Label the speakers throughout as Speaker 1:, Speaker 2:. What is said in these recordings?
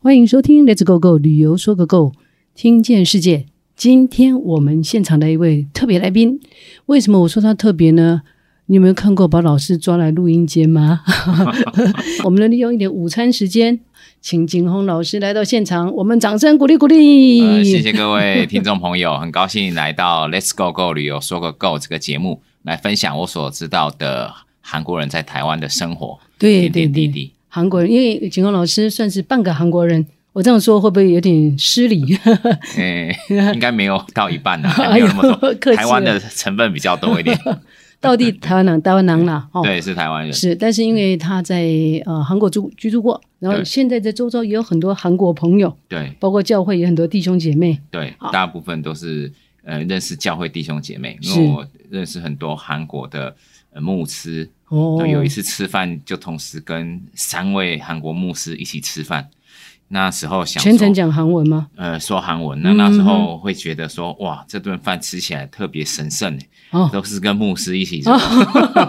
Speaker 1: 欢迎收听 Let's Go Go 旅游说个够，听见世界。今天我们现场的一位特别来宾，为什么我说他特别呢？你有没有看过把老师抓来录音间 吗？我们利用一点午餐时间，请景洪老师来到现场，我们掌声鼓励鼓励。
Speaker 2: 呃，谢谢各位听众朋友，很高兴来到 Let's Go Go 旅游说个 Go 这个节目，来分享我所知道的韩国人在台湾的生活
Speaker 1: 对
Speaker 2: 点
Speaker 1: 对
Speaker 2: 点滴
Speaker 1: 对，
Speaker 2: 滴。
Speaker 1: 韩国人，因为景洪老师算是半个韩国人，我这样说会不会有点失礼？
Speaker 2: 诶、应该没有到一半呢、还没有那么
Speaker 1: 哎
Speaker 2: 多
Speaker 1: 呦客气了
Speaker 2: 台湾的成分比较多一点。
Speaker 1: 到底台湾人，台湾人啦， 哦，
Speaker 2: 对，是台湾人。
Speaker 1: 是，但是因为他在呃韩国住居住过，然后
Speaker 2: 对
Speaker 1: 现在在周遭也有很多韩国朋友，
Speaker 2: 对
Speaker 1: 包括教会也很多弟兄姐妹。
Speaker 2: 对
Speaker 1: 好，
Speaker 2: 大部分都是呃认识教会弟兄姐妹，因
Speaker 1: 是
Speaker 2: 为我认识很多韩国的、呃、牧师。
Speaker 1: 哦
Speaker 2: 那，有一次吃饭就同时跟三位韩国牧师一起吃饭，那时候想
Speaker 1: 全程
Speaker 2: 说
Speaker 1: 讲韩文吗？
Speaker 2: 呃说韩文，那
Speaker 1: 嗯
Speaker 2: 那时候会觉得说、哇，这顿饭吃起来特别神圣耶，
Speaker 1: 哦，
Speaker 2: 都是跟牧师一起做，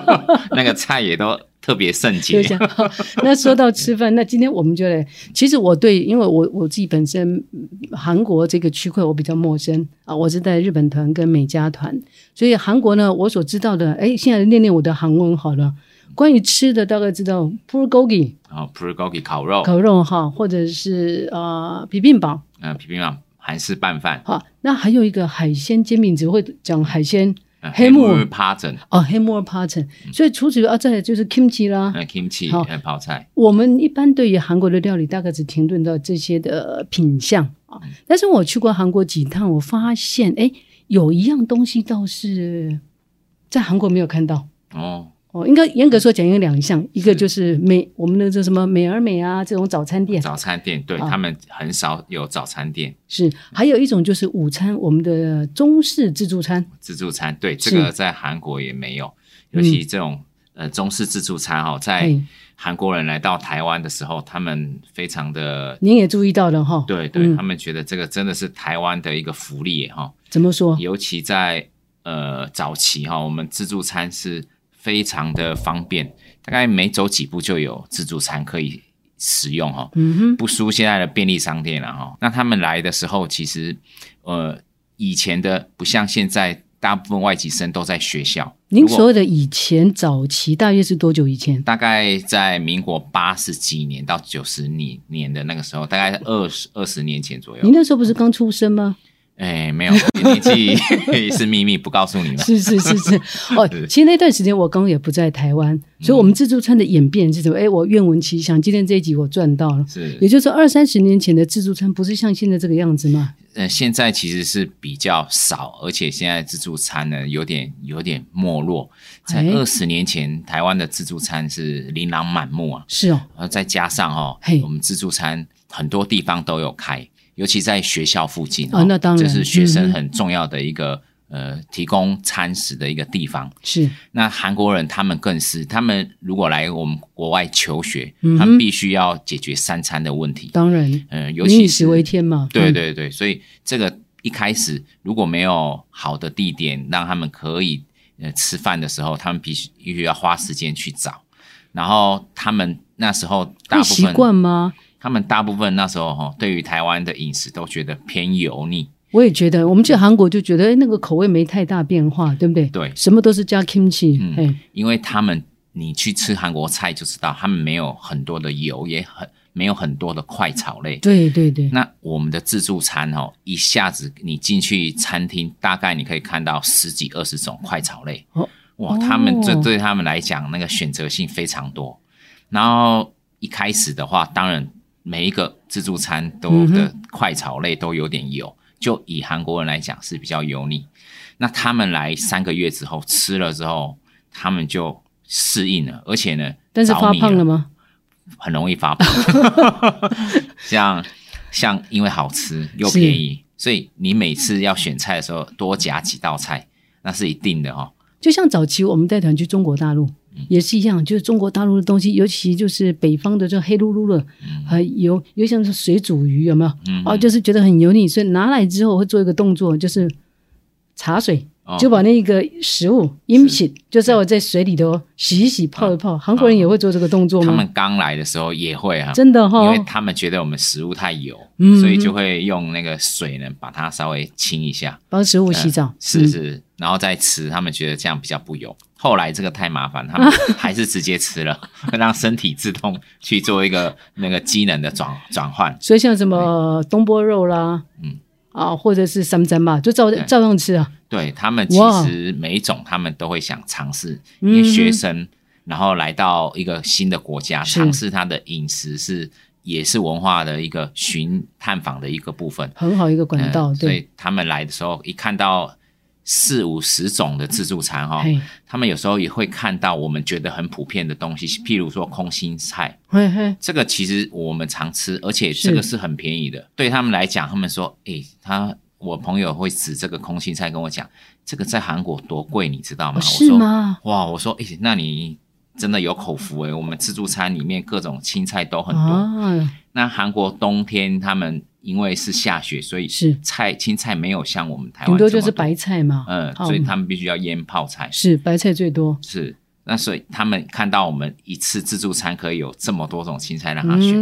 Speaker 2: 那个菜也都特别圣
Speaker 1: 就
Speaker 2: 洁
Speaker 1: 这。样。 好那说到吃饭，那今天我们就来。其实我对，因为我我自己本身嗯韩国这个区块我比较陌生啊，我是在日本团跟美加团，所以韩国呢，我所知道的，哎，现在练练我的韩文好了。关于吃的，大概知道 bulgogi
Speaker 2: 然后 Prugogi 烤肉，
Speaker 1: 烤肉哈，或者是呃比宾堡
Speaker 2: 嗯、呃，皮皮嘛韩式拌饭，
Speaker 1: 好，那还有一个海鲜煎饼，只会讲海鲜
Speaker 2: 呃、
Speaker 1: 黑
Speaker 2: 黑
Speaker 1: 木
Speaker 2: 木耳趴枕，
Speaker 1: 哦，黑木耳 p a t t e n 所以除此之外，啊再来就是 kimchi 啦。
Speaker 2: 呃，kimchi
Speaker 1: 好
Speaker 2: 呃泡菜。
Speaker 1: 我们一般对于韩国的料理，大概只停顿到这些的品相啊。但是我去过韩国几趟，我发现哎，有一样东西倒是在韩国没有看到。
Speaker 2: 哦，
Speaker 1: 哦，应该严格说讲有两项，一个就是美我们的这什么美而美啊这种早餐店
Speaker 2: 早餐店，对、
Speaker 1: 啊
Speaker 2: 他们很少有早餐店
Speaker 1: 是，还有一种就是午餐，我们的中式自助餐
Speaker 2: 自助餐，对
Speaker 1: 是
Speaker 2: 这个在韩国也没有，
Speaker 1: 嗯
Speaker 2: 尤其这种、呃中式自助餐哦，在
Speaker 1: 哎
Speaker 2: 韩国人来到台湾的时候，他们非常的。
Speaker 1: 您也注意到了哈？
Speaker 2: 对对，
Speaker 1: 嗯
Speaker 2: 他们觉得这个真的是台湾的一个福利耶哈，
Speaker 1: 怎么说？
Speaker 2: 尤其在呃早期哈，我们自助餐是非常的方便，大概每走几步就有自助餐可以使用哈。
Speaker 1: 嗯哼，
Speaker 2: 不输现在的便利商店了哈。那他们来的时候，其实呃，以前的不像现在，大部分外籍生都在学校。
Speaker 1: 您
Speaker 2: 如果
Speaker 1: 所谓的以前早期大约是多久以前？
Speaker 2: 大概在民国八十几年到九十年年的那个时候，大概二十二十年前左
Speaker 1: 您
Speaker 2: 右。
Speaker 1: 那时候不是刚出生 吗？
Speaker 2: 哎，没有，年纪是秘密，不告诉你们。
Speaker 1: 是是是 是。哦，
Speaker 2: 是
Speaker 1: 其实那段时间我刚也不在台
Speaker 2: 嗯
Speaker 1: 湾，所以我们自助餐的演变是什么？哎，我愿闻其详。今天这一集我赚到了。也
Speaker 2: 是，
Speaker 1: 就是说，二三十年前的自助餐不是像现在这个样子吗？
Speaker 2: 呃，现在其实是比较少，而且现在自助餐呢有点有点没落。在
Speaker 1: 哎
Speaker 2: 二十年前，台湾的自助餐是琳琅满目啊，
Speaker 1: 是哦，
Speaker 2: 然后再加上哦
Speaker 1: 嘿，
Speaker 2: 我们自助餐很多地方都有开，尤其在学校附近
Speaker 1: 哦那当然
Speaker 2: 这是学
Speaker 1: 嗯
Speaker 2: 生
Speaker 1: 哼
Speaker 2: 很重要的一个、呃提供餐食的一个地方。
Speaker 1: 是
Speaker 2: 那韩国人他们更是，他们如果来我们国外求学，
Speaker 1: 嗯哼
Speaker 2: 他们必须要解决三餐的问题。
Speaker 1: 当然，
Speaker 2: 嗯、尤
Speaker 1: 民以
Speaker 2: 其
Speaker 1: 食
Speaker 2: 是
Speaker 1: 为天嘛。
Speaker 2: 对
Speaker 1: 嗯，
Speaker 2: 对对，所以这个一开始如果没有好的地点让他们可以呃吃饭的时候，他们必须必须要花时间去找。然后他们那时候大
Speaker 1: 会
Speaker 2: 部
Speaker 1: 习
Speaker 2: 分
Speaker 1: 惯吗？
Speaker 2: 他们大部分那时候哈，对于台湾的饮食都觉得偏油腻，
Speaker 1: 我也觉得，我们去韩国就觉得，哎，那个口味没太大变化，对不对？
Speaker 2: 对
Speaker 1: 什么都是加 kimchi，
Speaker 2: 嗯
Speaker 1: 哎，
Speaker 2: 因为他们你去吃韩国菜就知道，他们没有很多的油，也很没有很多的快炒类。
Speaker 1: 对对对，
Speaker 2: 那我们的自助餐哦，一下子你进去餐厅，大概你可以看到十几二十种快炒类，
Speaker 1: 哦
Speaker 2: 哇，他们这
Speaker 1: 哦
Speaker 2: 对他们来讲那个选择性非常多。然后一开始的话，当然每一个自助餐都
Speaker 1: 嗯哼
Speaker 2: 的快炒类都有点油，就以韩国人来讲是比较油腻。那他们来三个月之后吃了之后，他们就适应了，而且呢，
Speaker 1: 但是
Speaker 2: 着
Speaker 1: 发
Speaker 2: 迷
Speaker 1: 胖了吗？
Speaker 2: 很容易发胖。 像像因为好吃又便宜，所以你每次要选菜的时候多夹几道菜，那是一定的哦。
Speaker 1: 就像早期我们带团去中国大陆，
Speaker 2: 嗯
Speaker 1: 也是一样，就是中国大陆的东西，尤其就是北方的这黑噜噜的，还油，尤其像是水煮鱼，有没有？
Speaker 2: 嗯
Speaker 1: 哦，就是觉得很油腻，所以拿来之后会做一个动作，就是茶水，
Speaker 2: 哦
Speaker 1: 就把那个食物饮品就在我在水里头洗一洗、泡一泡。韩国人也会做这个动作
Speaker 2: 嗯他
Speaker 1: 吗？
Speaker 2: 们刚来的时候也会啊，
Speaker 1: 真的哈、
Speaker 2: 因为
Speaker 1: 哦，
Speaker 2: 他们觉得我们食物太油，
Speaker 1: 嗯
Speaker 2: 所以就会用那个水呢把它稍微清一下，
Speaker 1: 帮食物洗澡
Speaker 2: 呃
Speaker 1: 嗯
Speaker 2: 是是，然后再吃，他们觉得这样比较不油。后来这个太麻烦，他 们还是直接吃了，让身体自动去做一个那个机能的转转换。
Speaker 1: 所以像什么东坡肉啦，
Speaker 2: 嗯
Speaker 1: 啊，或者是三珍吧，就照
Speaker 2: 对
Speaker 1: 照样吃啊。
Speaker 2: 对他们其
Speaker 1: 哇
Speaker 2: 实每一种他们都会想尝试，
Speaker 1: 嗯
Speaker 2: 因为学生然后来到一个新的国家，
Speaker 1: 是
Speaker 2: 尝试他的饮食是也是文化的一个寻探访的一个部分。
Speaker 1: 很好一个管道，
Speaker 2: 嗯所
Speaker 1: 对，
Speaker 2: 以他们来的时候一看到四五十种的自助餐哈、哦，
Speaker 1: 嘿，
Speaker 2: 他们有时候也会看到我们觉得很普遍的东西，譬如说空心菜，
Speaker 1: 嘿嘿，
Speaker 2: 这个其实我们常吃，而且这个是很便宜的。对他们来讲，他们说：“诶，他我朋友会指这个空心菜跟我讲，这个在韩国多贵，你知道吗？”
Speaker 1: 哦是吗？
Speaker 2: 啊我说：“哇，我说，诶，那你真的有口福诶，我们自助餐里面各种青菜都很多。
Speaker 1: 啊，
Speaker 2: 那韩国冬天他们因为是下雪，所以
Speaker 1: 是
Speaker 2: 菜青菜没有像我们台湾
Speaker 1: 顶多就
Speaker 2: 这
Speaker 1: 是
Speaker 2: 么
Speaker 1: 白菜嘛，
Speaker 2: 嗯，
Speaker 1: 好
Speaker 2: 所以他们必须要腌泡菜。
Speaker 1: 是白菜最多，
Speaker 2: 是，那所以他们看到我们一次自助餐可以有这么多种青菜让他选。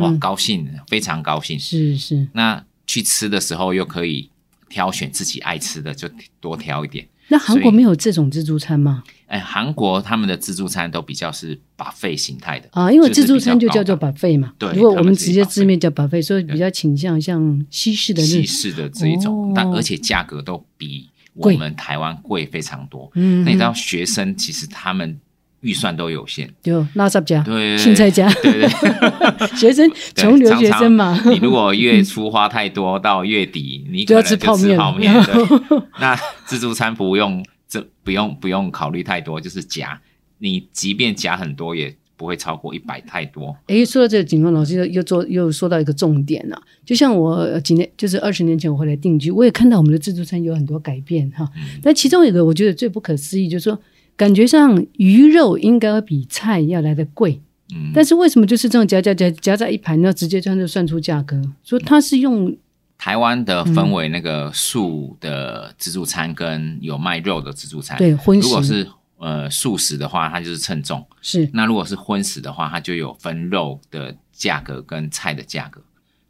Speaker 2: 哇，
Speaker 1: 嗯，
Speaker 2: 高兴，非常高兴。
Speaker 1: 是是。
Speaker 2: 那去吃的时候又可以挑选自己爱吃的，就多挑一点。
Speaker 1: 那韩
Speaker 2: 所
Speaker 1: 国
Speaker 2: 以
Speaker 1: 没有这种自助餐吗？
Speaker 2: 哎，韩国他们的自助餐都比较是 buffet 形态的
Speaker 1: 啊，因为
Speaker 2: 就是
Speaker 1: 自助餐就
Speaker 2: 比较
Speaker 1: 叫做
Speaker 2: 高
Speaker 1: buffet 嘛。
Speaker 2: 对
Speaker 1: 如果
Speaker 2: 他
Speaker 1: 我
Speaker 2: 们
Speaker 1: 们
Speaker 2: 自己
Speaker 1: 直接
Speaker 2: buffet
Speaker 1: 字面叫 buffet，所以比较倾向像西式的那
Speaker 2: 西，式的这一种，
Speaker 1: 哦
Speaker 2: 但而且价格都比我
Speaker 1: 贵
Speaker 2: 们台湾贵非常多。
Speaker 1: 嗯，
Speaker 2: 那你知道学生其实他们预算都有限，
Speaker 1: 就垃圾家、
Speaker 2: 对对对
Speaker 1: 青菜家，
Speaker 2: 对对 对。
Speaker 1: 学生
Speaker 2: 对
Speaker 1: 穷留学
Speaker 2: 常常
Speaker 1: 生嘛，
Speaker 2: 你如果月初花太多，到 月底你可
Speaker 1: 就要
Speaker 2: 能
Speaker 1: 吃
Speaker 2: 就
Speaker 1: 泡
Speaker 2: 吃
Speaker 1: 面
Speaker 2: 泡
Speaker 1: 了
Speaker 2: 面。 对，那自助餐不用这不用不用考虑太多，就是夹，你即便夹很多也不会超过一百太多。
Speaker 1: 诶，说到这个，景光老师又又做又说到一个重点了、就像我呃几年，就是二十年前我回来定居，我也看到我们的自助餐有很多改变哈。
Speaker 2: 嗯
Speaker 1: 但其中有一个我觉得最不可思议，就是说感觉上鱼肉应该比菜要来的贵，
Speaker 2: 嗯，
Speaker 1: 但是为什么就是这样夹夹夹夹在一盘，然后直接这样就算出价格？说它是用
Speaker 2: 台湾的分为那个素的自助餐跟有卖肉的自助餐。
Speaker 1: 对荤
Speaker 2: 哎如果
Speaker 1: 食
Speaker 2: 是呃素食的话，它就是称重；
Speaker 1: 是
Speaker 2: 那如果是荤食的话，它就有分肉的价格跟菜的价格。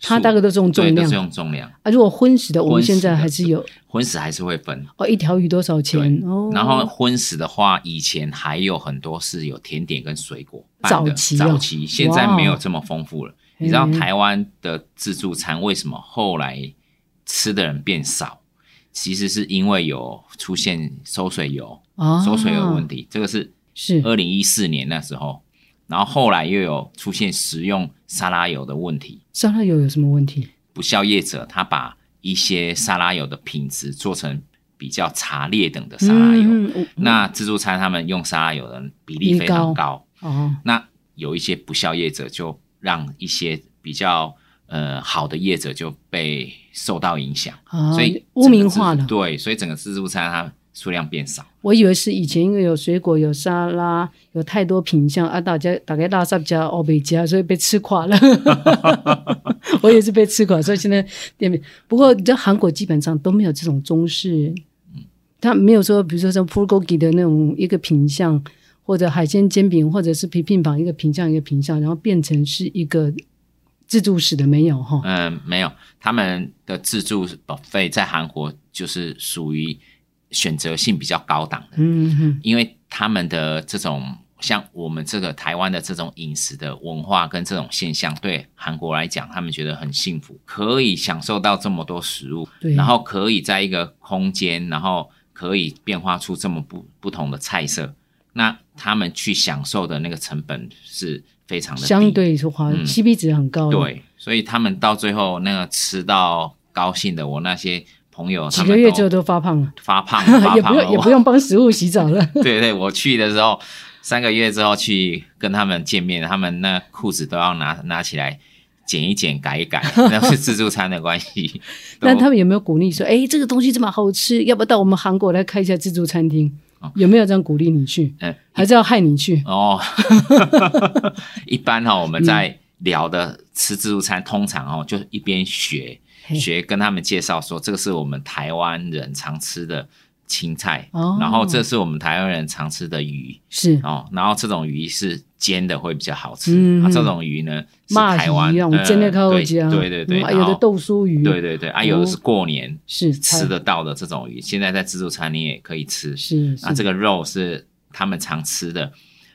Speaker 1: 它
Speaker 2: 素
Speaker 1: 大概都是用重
Speaker 2: 对，都
Speaker 1: 量
Speaker 2: 是用重量。
Speaker 1: 啊，如果荤食的，我们
Speaker 2: 荤食
Speaker 1: 现在
Speaker 2: 的
Speaker 1: 还是有
Speaker 2: 荤食还是会分，
Speaker 1: 哦，一条鱼多少钱哦？
Speaker 2: 然后荤食的话，以前还有很多是有甜点跟水果拌的，
Speaker 1: 早期啊
Speaker 2: 早期现在没有
Speaker 1: 哇
Speaker 2: 这么丰富了。
Speaker 1: 嗯
Speaker 2: 你知道台湾的自助餐为什么后来吃的人变少？其实是因为有出现收水油，
Speaker 1: 啊，
Speaker 2: 收水油的问题，这呃个是
Speaker 1: 是
Speaker 2: 二零一四年那时候，然后后来又有出现食用沙拉油的问题，
Speaker 1: 沙拉油有什么问题？
Speaker 2: 不肖业者他把一些沙拉油的品质做成比较茶劣等的沙拉油，
Speaker 1: 嗯嗯
Speaker 2: 那自助餐他们用沙拉油的比例非
Speaker 1: 比
Speaker 2: 常
Speaker 1: 例
Speaker 2: 高，
Speaker 1: 哦。
Speaker 2: 那有一些不肖业者就让一些比较呃好的业者就被受到影响，
Speaker 1: 啊，
Speaker 2: 所以
Speaker 1: 污名化
Speaker 2: 整个
Speaker 1: 了
Speaker 2: 自。对，所以整个自助餐它数量变少，
Speaker 1: 我以为是以前因为有水果、有沙拉、有太多品相啊，大家大概拉萨加、欧贝加，所以被吃垮了。 我也是被吃垮，所以现在店面。不过，这韩国基本上都没有这种中式，它没有说，比如说像 bulgogi 的那种一个品相，或者海鲜煎饼，或者是皮品榜一个品相一个品相，然后变成是一个自助式的没有哈。
Speaker 2: 嗯、没有他们的自助 buffet 在韩国就是属于选择性比较高档的。
Speaker 1: 嗯哼，
Speaker 2: 因为他们的这种像我们这个台湾的这种饮食的文化跟这种现象，对韩国来讲，他们觉得很幸福，可以享受到这么多食物，
Speaker 1: 对
Speaker 2: 然后可以在一个空间，然后可以变化出这么不不同的菜色，那他们去享受的那个成本是非常的低
Speaker 1: 相对是华、
Speaker 2: 嗯
Speaker 1: CP 值很高的。
Speaker 2: 对，所以他们到最后那个吃到高兴的，我那些朋友
Speaker 1: 几
Speaker 2: 他
Speaker 1: 个
Speaker 2: 们
Speaker 1: 月之后
Speaker 2: 都
Speaker 1: 都发胖了。
Speaker 2: 发胖 了，发
Speaker 1: 也不
Speaker 2: 胖 了，
Speaker 1: 用也
Speaker 2: 我
Speaker 1: 不用帮食物洗澡 了。
Speaker 2: 对对，我去的时候，三个月之后去跟他们见面，他们那裤子都要拿拿起来剪一剪、改一改，那是自助餐的关系。
Speaker 1: 那
Speaker 2: 都
Speaker 1: 他们有没有鼓励说，哎，这个东西这么好吃，要不要到我们韩国来开一下自助餐厅
Speaker 2: 哦？
Speaker 1: 有没有这样鼓励你 去，
Speaker 2: 嗯
Speaker 1: 还是要害你去？
Speaker 2: 哦，一般哈、哦、我们在聊的吃自助餐，通常哦就一边学
Speaker 1: 嘿
Speaker 2: 学跟他们介绍说，这个是我们台湾人常吃的青菜，
Speaker 1: 哦
Speaker 2: 然后这是我们台湾人常吃的鱼
Speaker 1: 是
Speaker 2: 哦，然后这种鱼是煎的会比较好吃，
Speaker 1: 嗯
Speaker 2: 啊，这种鱼呢是
Speaker 1: 骂
Speaker 2: 台湾
Speaker 1: 鱼啊，我们
Speaker 2: 呃
Speaker 1: 真的靠
Speaker 2: 对
Speaker 1: 家，
Speaker 2: 对对对，
Speaker 1: 嗯啊
Speaker 2: 然
Speaker 1: 有
Speaker 2: 后
Speaker 1: 的豆酥鱼，哦
Speaker 2: 对对对，啊，有的是过年
Speaker 1: 是
Speaker 2: 吃得到的这种鱼，现在在自助餐你也可以吃，
Speaker 1: 是
Speaker 2: 啊，
Speaker 1: 是
Speaker 2: 这个肉是他们常吃的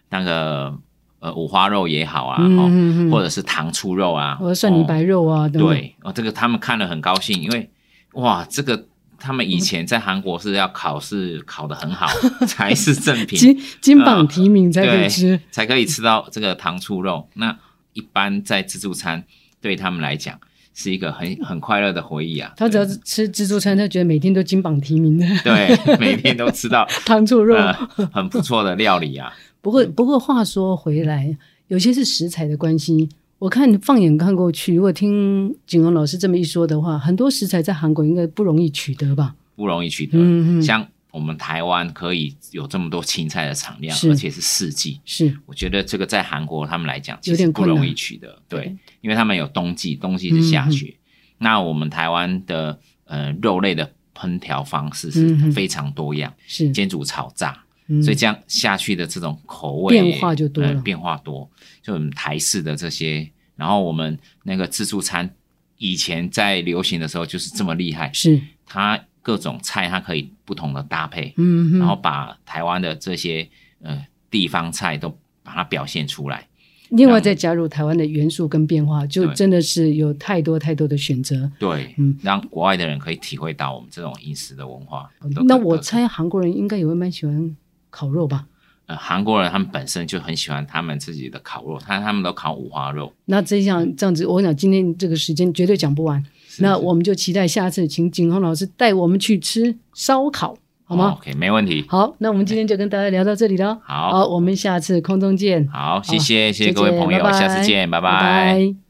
Speaker 2: 那个呃五花肉也好啊，哦，
Speaker 1: 嗯嗯嗯，
Speaker 2: 或者是糖醋肉啊，
Speaker 1: 我蒜泥白肉啊，等等，
Speaker 2: 对，哦，这个他们看了很高兴，因为哇，这个他们以前在韩国是要考试考得 很好才是正品，
Speaker 1: 金金榜题名才可以
Speaker 2: 嗯对
Speaker 1: 吃，
Speaker 2: 才可以吃到这个糖醋肉。那一般在自助餐对他们来讲是一个很很快乐的回忆啊。
Speaker 1: 他只要吃自助餐，他觉得每天都金榜题名的
Speaker 2: 对，对每天都吃到
Speaker 1: 糖醋 肉。
Speaker 2: 呃很不错的料理啊。
Speaker 1: 不过不过话说回来，有些是食材的关系。我看放眼看过去，如果听景荣老师这么一说的话，很多食材在韩国应该不容易取得吧？
Speaker 2: 不容易取得。
Speaker 1: 嗯嗯
Speaker 2: 像我们台湾可以有这么多青菜的产量，
Speaker 1: 是
Speaker 2: 而且是四季，
Speaker 1: 是
Speaker 2: 我觉得这个在韩国他们来讲
Speaker 1: 有
Speaker 2: 其
Speaker 1: 点
Speaker 2: 实不
Speaker 1: 困难
Speaker 2: 容易取得。
Speaker 1: 对嗯
Speaker 2: 对，因为他们有冬季，冬季是下雪。那我们台湾的呃肉类的烹调方式
Speaker 1: 嗯
Speaker 2: 是
Speaker 1: 哼
Speaker 2: 非常多样，
Speaker 1: 是，
Speaker 2: 煎煮炒炸，
Speaker 1: 嗯
Speaker 2: 所以这样下去的这种口味
Speaker 1: 变化就多了
Speaker 2: 呃变化多，就我们台式的这些，然后我们那个自助餐以前在流行的时候就是这么厉害，
Speaker 1: 是
Speaker 2: 它各种菜它可以不同的搭配，
Speaker 1: 嗯哼，
Speaker 2: 然后把台湾的这些呃地方菜都把它表现出来。
Speaker 1: 另外再加入台湾的元素跟变化，就
Speaker 2: 对
Speaker 1: 真的是有太多太多的选择。
Speaker 2: 对，
Speaker 1: 嗯
Speaker 2: 让国外的人可以体会到我们这种饮食的文化。都
Speaker 1: 那
Speaker 2: 可
Speaker 1: 我
Speaker 2: 都
Speaker 1: 猜韩国人应该也会蛮喜欢烤肉吧？
Speaker 2: 呃，韩国人他们本身就很喜欢他们自己的烤肉，他他们都烤五花肉。
Speaker 1: 那这样这样子，我想今天这个时间绝对讲不完。
Speaker 2: 嗯是
Speaker 1: 那
Speaker 2: 是
Speaker 1: 我们就期待下次请景宏老师带我们去吃烧烤，好
Speaker 2: 哦
Speaker 1: 吗？
Speaker 2: ？OK，没问题。
Speaker 1: 好，那我们今天就跟大家聊到这里了。
Speaker 2: 好
Speaker 1: 我们下次空中见。
Speaker 2: 好，谢谢、
Speaker 1: 谢
Speaker 2: 谢
Speaker 1: 谢
Speaker 2: 各位朋友，
Speaker 1: 拜拜
Speaker 2: 下次见，拜
Speaker 1: 拜拜